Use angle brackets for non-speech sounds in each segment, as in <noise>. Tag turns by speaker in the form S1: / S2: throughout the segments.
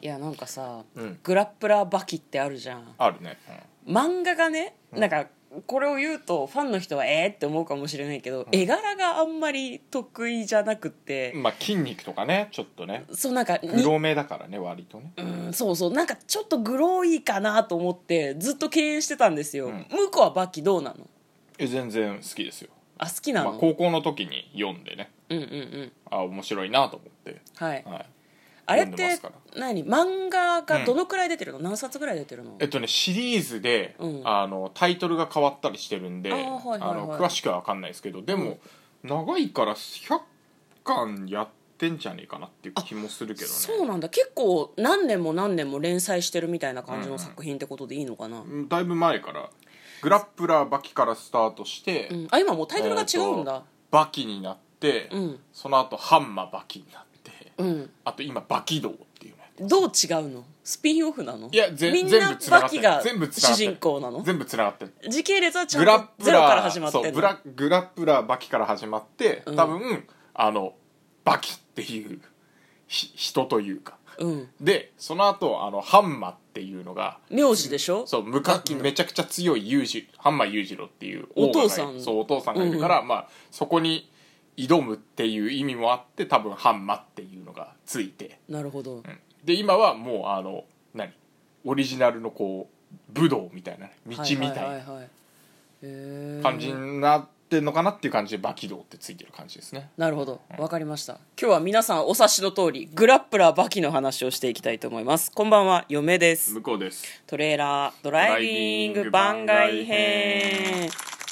S1: いやなんかさ、
S2: うん
S1: グラップラーバキってあるじゃん
S2: あるね、
S1: 漫画がね、なんかこれを言うとファンの人はえーって思うかもしれないけど、絵柄があんまり得意じゃなくって
S2: うん、まあ筋肉とかねちょっとね
S1: そうなんかに
S2: グロめだからね割とね
S1: うんそうそうなんかちょっとグロいかなと思ってずっと敬遠してたんですよ、
S2: うん
S1: 向こうはバキどうなの
S2: え全然好きですよ、
S1: あ好きな
S2: まあ、
S1: の、
S2: 高校の時に読んでね
S1: うんうんうん
S2: あ面白いなと思って、
S1: はい
S2: はい、
S1: あれっ
S2: 読んでま
S1: て
S2: すから
S1: 何漫画がどのくらい出てるの、何冊ぐらい出てるの
S2: えっとねシリーズで、
S1: うん
S2: あのタイトルが変わったりしてるんで
S1: あ
S2: あ
S1: ーはいはいはい
S2: の詳しくは分かんないですけどでも、長いから100巻やってんじゃねえかなっていう気もするけどね
S1: そうなんだ結構何年も何年も連載してるみたいな感じの作品ってことでいいのかな、うん
S2: だいぶ前からグラップラーバキからスタートして、
S1: あ今もうタイトルが違うん
S2: えー
S1: だ
S2: と、バキになって、
S1: うん
S2: その後ハンマーバキになって
S1: うん
S2: あと今バキ道っていうね
S1: どう違うのスピンオフなの
S2: いやぜ
S1: みん
S2: 全
S1: な
S2: 部つなが
S1: バ
S2: って
S1: キ
S2: る
S1: が
S2: 全部つな
S1: 主
S2: がってる
S1: 人公なの
S2: 全部つながってる
S1: 時系列はちゃ
S2: グラ
S1: ん
S2: ッ
S1: と
S2: プ
S1: ゼロから
S2: ラ
S1: 始ま
S2: ー
S1: ってん
S2: そう
S1: の
S2: ブラグラップラーバキから始まって、
S1: うん
S2: 多分あのバキっていうひ人というか
S1: うん
S2: でその後あのハンマっていうのが
S1: 名字でしょ
S2: そうむかめちゃくちゃ強い裕次ハンマー裕次郎っていう王が
S1: お父さん
S2: そうお父さんがいるから、まあ、そこに挑むっていう意味もあって多分ハンマっていうのがついて、
S1: なるほど
S2: うんで今はもうあの何オリジナルのこう武道みたいなね道みたいな。
S1: はいはいはいはいへー
S2: 感じになってんのかなっていう感じで馬キ道ってついてる感じですね
S1: なるほどわかりました今日は皆さんお察しの通りグラップラーバキの話をしていきたいと思いますこんばんは嫁です
S2: 向こうです
S1: トレーラードライビング番外編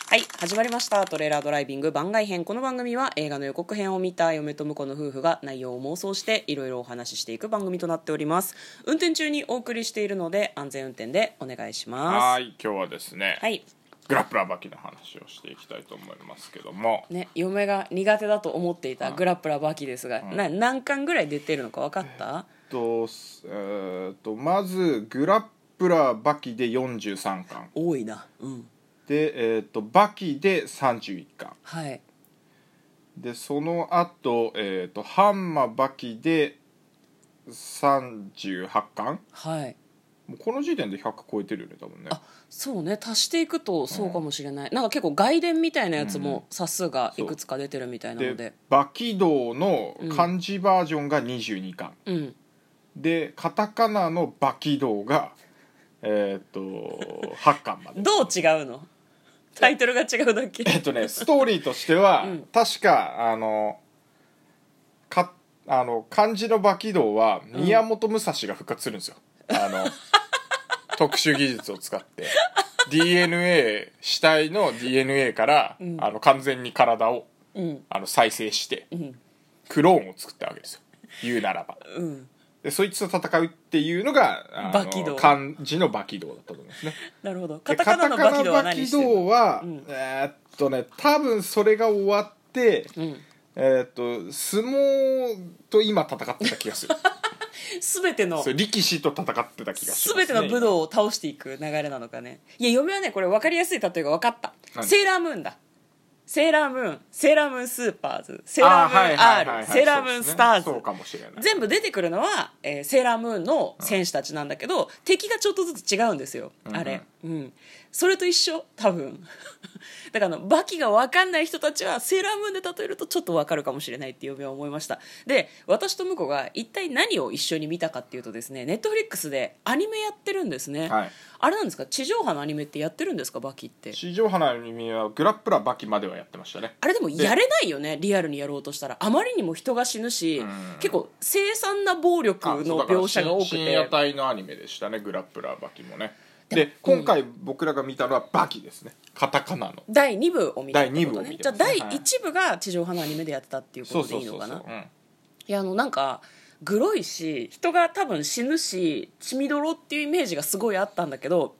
S1: はい始まりましたトレーラードライビング番外編この番組は映画の予告編を見た嫁と婿の夫婦が内容を妄想していろいろお話ししていく番組となっております運転中にお送りしているので安全運転でお願いしま
S2: は
S1: す
S2: い今日はですね、
S1: はい
S2: グラップラー馬キの話をしていきたいと思いますけども
S1: ね嫁が苦手だと思っていたグラップラーバキですが、な何巻ぐらい出てるのか分かった、
S2: えっと,す、えーっとまずグラップラー馬キで43巻
S1: 多いなうん
S2: で、えーっと馬キで31巻
S1: はい
S2: でその後、えーっとハンマ馬キで38巻
S1: はい
S2: もうこの時点で100超えてるよね多分ね
S1: あそうね足していくとそうかもしれない、なんか結構外伝みたいなやつも冊数がいくつか出てるみたいなので
S2: で馬キ道の漢字バージョンが22巻、
S1: うん
S2: でカタカナの馬キ道がえーっと8巻まで
S1: どう違うのタイトルが違うだけ
S2: えっとねストーリーとしては、
S1: うん
S2: 確かあのかあの漢字の馬キ道は宮本武蔵が復活するんですよ、あの <laughs> 特殊技術を使って DNA 死体の DNA から、
S1: ん
S2: あの完全に体を
S1: うん
S2: あの再生して
S1: うん
S2: クローンを作ったわけですよ言うならば
S1: うん
S2: でそいつと戦うっていうのがあの
S1: 馬騎道
S2: 漢字の馬騎道だったと思いますね
S1: なるほどカ
S2: で
S1: タカナのバキドは何して
S2: カタカナ馬
S1: る
S2: 騎道は、
S1: うん
S2: えーっとね多分それが終わって、
S1: の、うん、
S2: えーっと相撲と今戦ってた気が
S1: <laughs>
S2: する
S1: 全ての
S2: そう力士と戦ってた気がします、ね、
S1: 全ての武道を倒していく流れなのかねいや嫁はねこれ分かりやすい例えが分かった
S2: 何
S1: セーラームーンだセーラームーンセーラームーンスーパーズセーラームーン R、セーラームーンスターズ、
S2: そうかもしれない
S1: 全部出てくるのは、えーセーラームーンの戦士たちなんだけど、敵がちょっとずつ違うんですよ、
S2: んうん
S1: あれ、うん、それと一緒多分 <laughs> だからあのバキが分かんない人たちはセーラームーンで例えるとちょっと分かるかもしれないって嫁は思いましたで私と婿が一体何を一緒に見たかっていうとですねネットフリックスでアニメやってるんですね、
S2: はい
S1: あれなんですか地上波のアニメってやってるんですかバキって
S2: 地上波のアニメはグラップラーバキまではやってましたね
S1: あれでもやれないよねリアルにやろうとしたらあまりにも人が死ぬし、
S2: うん
S1: 結構凄惨な暴力
S2: あそう
S1: の
S2: だから
S1: 描写が多く
S2: 深
S1: て
S2: 深夜帯のアニメでしたねグラップラーバキもね
S1: で
S2: で今回僕らが見たのはバキですねカタカナの
S1: 第2部を見たってことね
S2: 第二部を見て
S1: じゃあ
S2: ますね
S1: 第1部が地上波のアニメでやってたっていうことでいいのかな
S2: うん
S1: いやあのなんかグロいし人が多分死ぬし血みどろっていうイメージがすごいあったんだけど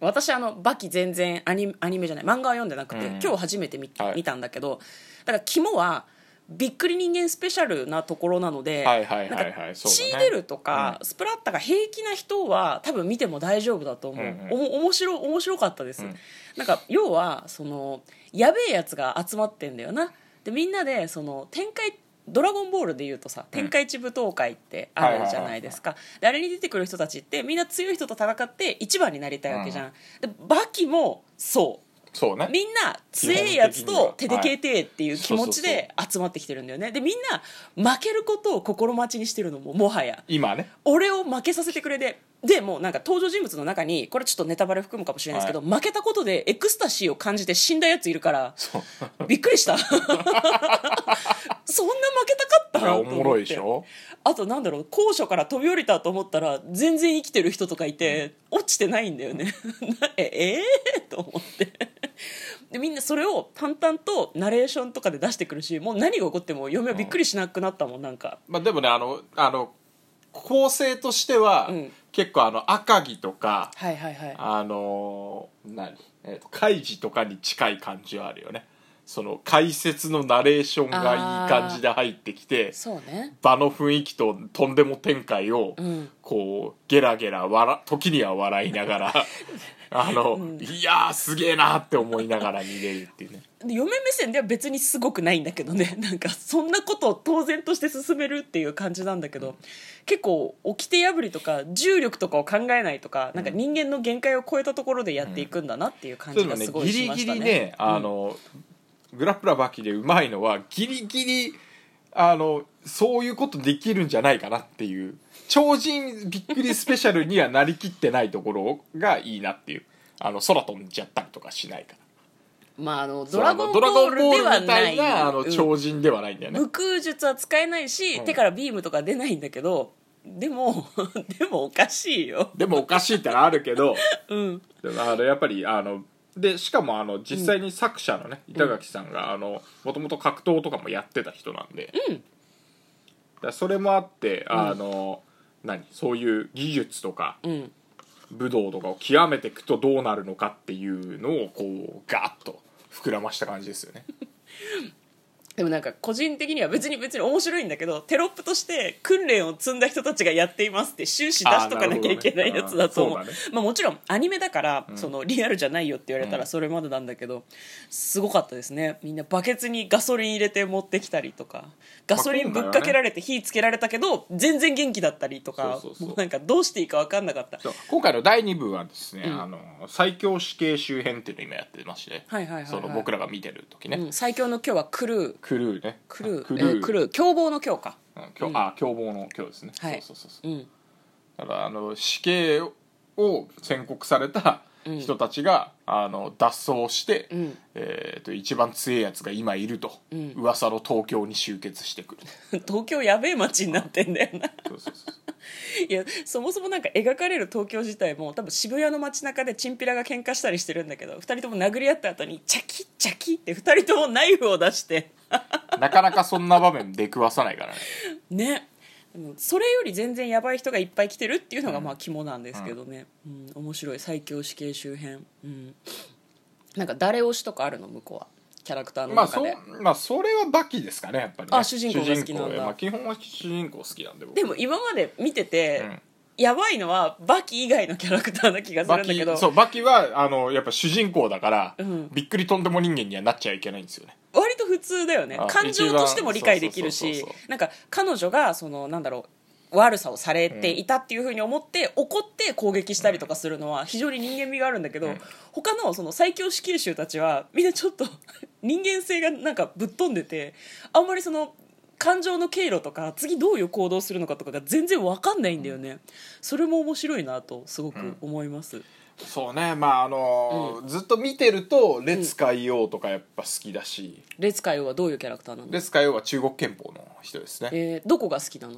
S1: 私あのバキ全然アニアニメじゃない漫画は読んでなくて、
S2: うん
S1: 今日初めて見,、
S2: はい
S1: 見たんだけどだから肝はびっくり人間スペシャルなところなので、
S2: はいはいはいはい
S1: なんか
S2: そうだね
S1: 血出るとか、スプラッタが平気な人は多分見ても大丈夫だと思う、
S2: うんうん
S1: おも面白面白かったです、
S2: うん
S1: なんか要はそのやべえやつが集まってんだよなでみんなでその展開ドラゴンボール」でいうとさ「天下一武闘会」ってあるじゃないですかであれに出てくる人たちってみんな強い人と戦って一番になりたいわけじゃん、でバキもそう
S2: そうね
S1: みんな強えやつと手で
S2: 基本的には
S1: けえてえっていう気持ちで集まってきてるんだよねでみんな負けることを心待ちにしてるのももはや
S2: 今ね
S1: 俺を負けさせてくれででもうなんか登場人物の中にこれちょっとネタバレ含むかもしれないですけど、負けたことでエクスタシーを感じて死んだやついるから
S2: そう
S1: びっく
S2: <laughs>
S1: りしたそんな負けたかった
S2: いや
S1: と
S2: お
S1: 思って
S2: もろいでしょ
S1: あとなんだろう高所から飛び降りたと思ったら全然生きてる人とかいて、落ちてないんだよね <laughs> なえええと思ってでみんなそれを淡々とナレーションとかで出してくるしもう何が起こっても嫁はびっくりしなくなったもんなんか、
S2: まあでもねあのあの構成としては、
S1: うん
S2: 結構あの赤城とか
S1: はいはいはい
S2: あのー何えっと開示とかに近い感じはあるよねその解説のナレーションがいい感じで入ってきて
S1: そうね
S2: 場の雰囲気ととんでも展開を、
S1: うん
S2: こうゲラゲラ笑時には笑い
S1: <laughs>
S2: ながらあの、いやーすげえなーって思いながら見れるっていうね
S1: で嫁目線では別にすごくないんだけどね <laughs> なんかそんなことを当然として進めるっていう感じなんだけど、結構掟破りとか重力とかを考えないとかなんか人間の限界を超えたところでやっていくんだなっていう感
S2: そう
S1: じ
S2: い
S1: が
S2: うの
S1: す
S2: ね
S1: ごい
S2: ギ
S1: しま
S2: リ
S1: し
S2: ギ
S1: たね。
S2: リねあの、グラップラバキでうまいのはギリギリあのそういうことできるんじゃないかなっていう超人びっくりスペシャルにはなりきってないところがいいなっていうあの空飛んじゃったりとかしないから
S1: まあ、あの
S2: そ
S1: ド
S2: う
S1: ラ
S2: あ
S1: ゴン
S2: の
S1: ボ
S2: ドラゴ
S1: ー
S2: ン
S1: ル
S2: ボ
S1: で
S2: ー
S1: は
S2: ルみた
S1: ない
S2: いなあの
S1: うん
S2: 超人ではないんだよね、
S1: 無空術は使えないし、
S2: うん
S1: 手からビームとか出ないんだけどでも <laughs> でもおかしいよ。
S2: でもおかしいってのはあるけど
S1: うん、
S2: でもあのやっぱりあのでしかもあの実際に作者のね、板垣さんがあのもともと格闘とかもやってた人なんで、だからそれもあってあの、何そういう技術とか
S1: うん
S2: 武道とかを極めていくとどうなるのかっていうのをこうガーッと膨らました感じですよね。
S1: でもなんか個人的には別に別に面白いんだけどテロップとして訓練を積んだ人たちがやっていますって終始出しとかなきゃいけないやつだと思う
S2: あーなるほどねあーそ
S1: まあ、もちろんアニメだから、そのリアルじゃないよって言われたらそれまでなんだけど、すごかったですねみんなバケツにガソリン入れて持ってきたりとかガソリンぶっかけられて火つけられたけど全然元気だったりとか
S2: そうそうそう
S1: もうなんかどうしていいか分かんなかった
S2: そう今回の第2部はですね、
S1: うん
S2: あの最強死刑周辺っていうのを今やってまして、
S1: はいはいはいはい
S2: その僕らが見てる時ね、
S1: うん、最強の今日はクルー
S2: クルーね
S1: クルー
S2: ク
S1: え
S2: ル
S1: ー
S2: ー
S1: クルー凶暴の今日か
S2: うんきょあ凶暴の凶ですね、
S1: はい
S2: そうそうそうそう
S1: うん <laughs>
S2: だからあの死刑を宣告された
S1: うん
S2: 人たちが、あの脱走して、
S1: うん
S2: えー、と一番強いやつが今いると、
S1: うん
S2: 噂の東京に集結してくる
S1: 東京やべえ街になってんだよな
S2: そうそうそう
S1: いやそもそもなんか描かれる東京自体も多分渋谷の街中でチンピラが喧嘩したりしてるんだけど2人とも殴り合った後にチャキチャキって2人ともナイフを出して
S2: なかなかそんな場面出くわさないから <laughs>
S1: <laughs>
S2: ね
S1: ねでもそれより全然やばい人がいっぱい来てるっていうのがまあ肝なんですけどね、うん面白い最強死刑周辺、うん、なんか誰推しとかあるの向こうはキャラクターの
S2: まあ
S1: 中
S2: そ
S1: で、
S2: まあそれはバキですかねやっぱり、ね、
S1: あ主人公が好きなんだ
S2: 主人公まあ、基本は主人公好きなんで僕
S1: でも今まで見てて、
S2: うん
S1: やばいのはバキ以外のキャラクターな気がする
S2: バ
S1: んだ
S2: キ
S1: けど
S2: そうバキはあのやっぱ主人公だから、
S1: うん
S2: びっくりとんでも人間にはなっちゃいけないんですよね
S1: 割と普通だよね
S2: あ
S1: 感情としても理解できる
S2: 一
S1: し
S2: 番そうそうそう
S1: なんか彼女がそのなんだろう悪さをされていたっていうふうに思って、怒って攻撃したりとかするのは非常に人間味があるんだけど、
S2: うん
S1: 他のその最強死刑囚たちはみんなちょっと <laughs> 人間性がなんかぶっ飛んでてあんまりその感情の経路とか次どういう行動するのかとかが全然わかんないんだよね、それも面白いなとすごく思います、
S2: そうねまああのーずっと見てると「列海王」とかやっぱ好きだし
S1: レツカイオはどういうキャラクターなの、
S2: 列海王は中国憲法の人ですね
S1: えーどこが好きなの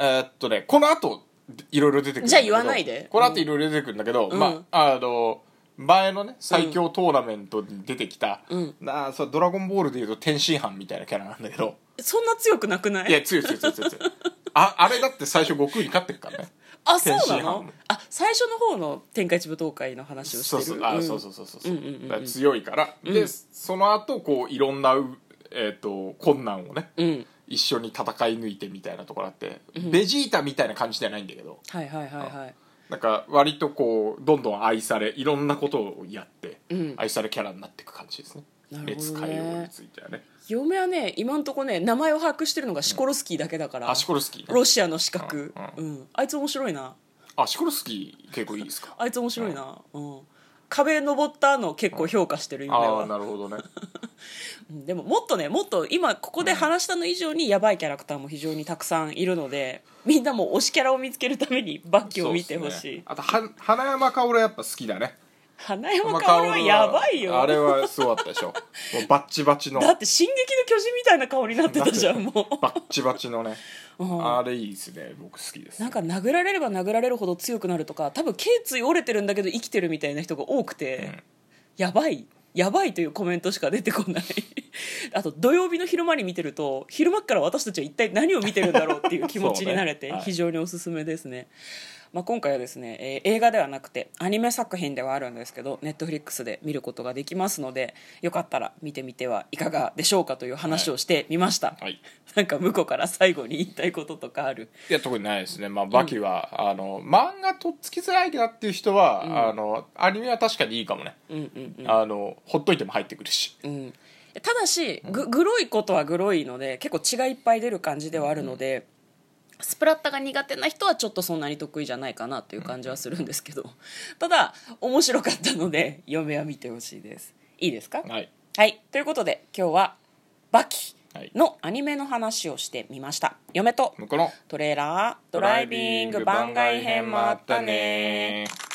S2: えーっとねこの後いろいろ出てくるんだけど
S1: じゃあ言わないで
S2: この後いろいろ出てくるんだけど、
S1: うん
S2: まああの前のね最強トーナメントに出てきた、
S1: うん
S2: なあそうドラゴンボールでいうと天津飯みたいなキャラなんだけど
S1: そんな強くなくない
S2: いや強い強い強い強い強いああれだって最初悟空に勝ってるからね
S1: あそう
S2: 天
S1: な
S2: 津飯
S1: の
S2: も
S1: あ最初の方の天下一武闘会の話をして
S2: そう
S1: る
S2: そうあ、
S1: ん
S2: そうそうそうそう,、
S1: うんうんうんうん
S2: だから強いから、でその後こういろんなう、えー、と困難をね、
S1: うん
S2: 一緒に戦い抜いてみたいなところあって、ベジータみたいな感じじゃないんだけど
S1: はいはいはいはい
S2: なんか割とこうどんどん愛されいろんなことをやって、
S1: うん
S2: 愛されキャラになっていく感じですね
S1: なるほ
S2: 列
S1: ど
S2: 海王に
S1: ね
S2: ついてはね
S1: 嫁はね今んとこね名前を把握してるのがシコロスキーだけだから、
S2: あシコルスキーね
S1: ロシアの資格、う
S2: うん
S1: あいつ面白いな
S2: あシコルスキー結構いいですか
S1: あいつ面白いな、うん壁登ったの結構評価してる今で
S2: ああ
S1: は、
S2: なるほどね
S1: うんでももっとねもっと今ここで話したの以上にやばいキャラクターも非常にたくさんいるのでみんなも推しキャラを見つけるためにバッキを見てほし
S2: そうっす
S1: い、
S2: ねあとは花山薫はやっぱ好きだね
S1: 花山薫はやばいよ
S2: あれはすごかったでしょもうバッチバチの
S1: だって「進撃の巨人」みたいな顔になってたじゃん
S2: <laughs>
S1: も
S2: バッチバチのね
S1: う、うん
S2: あれいいですね僕好きです
S1: なんか殴られれば殴られるほど強くなるとか多分頸椎折れてるんだけど生きてるみたいな人が多くて、
S2: うん
S1: やばいやばいというコメントしか出てこない <laughs> あと土曜日の昼間に見てると昼間っから私たちは一体何を見てるんだろうっていう気持ちになれ
S2: そうね
S1: て
S2: はい
S1: 非常におすすめですね。まあ、今回はですね、えー映画ではなくてアニメ作品ではあるんですけどネットフリックスで見ることができますのでよかったら見てみてはいかがでしょうかという話をしてみました、
S2: はい
S1: <laughs> なんか向こうから最後に言いたいこととかある
S2: いや特にないですね、まあ、バキは、あの漫画とっつきづらいなっていう人は、あのアニメは確かにいいかもね、
S1: うんうんうん
S2: あのほっといても入ってくるし
S1: うん、ただしググロいことはグロいので結構血がいっぱい出る感じではあるので、スプラッタが苦手な人はちょっとそんなに得意じゃないかなという感じはするんですけど、 <laughs> ただ面白かったので嫁は見てほしいですいいですか、
S2: はい
S1: はい、ということで今日は「バキ
S2: はい」
S1: のアニメの話をしてみました嫁と
S2: 向こうの
S1: トレーラードライビング番外編もあったね
S2: ー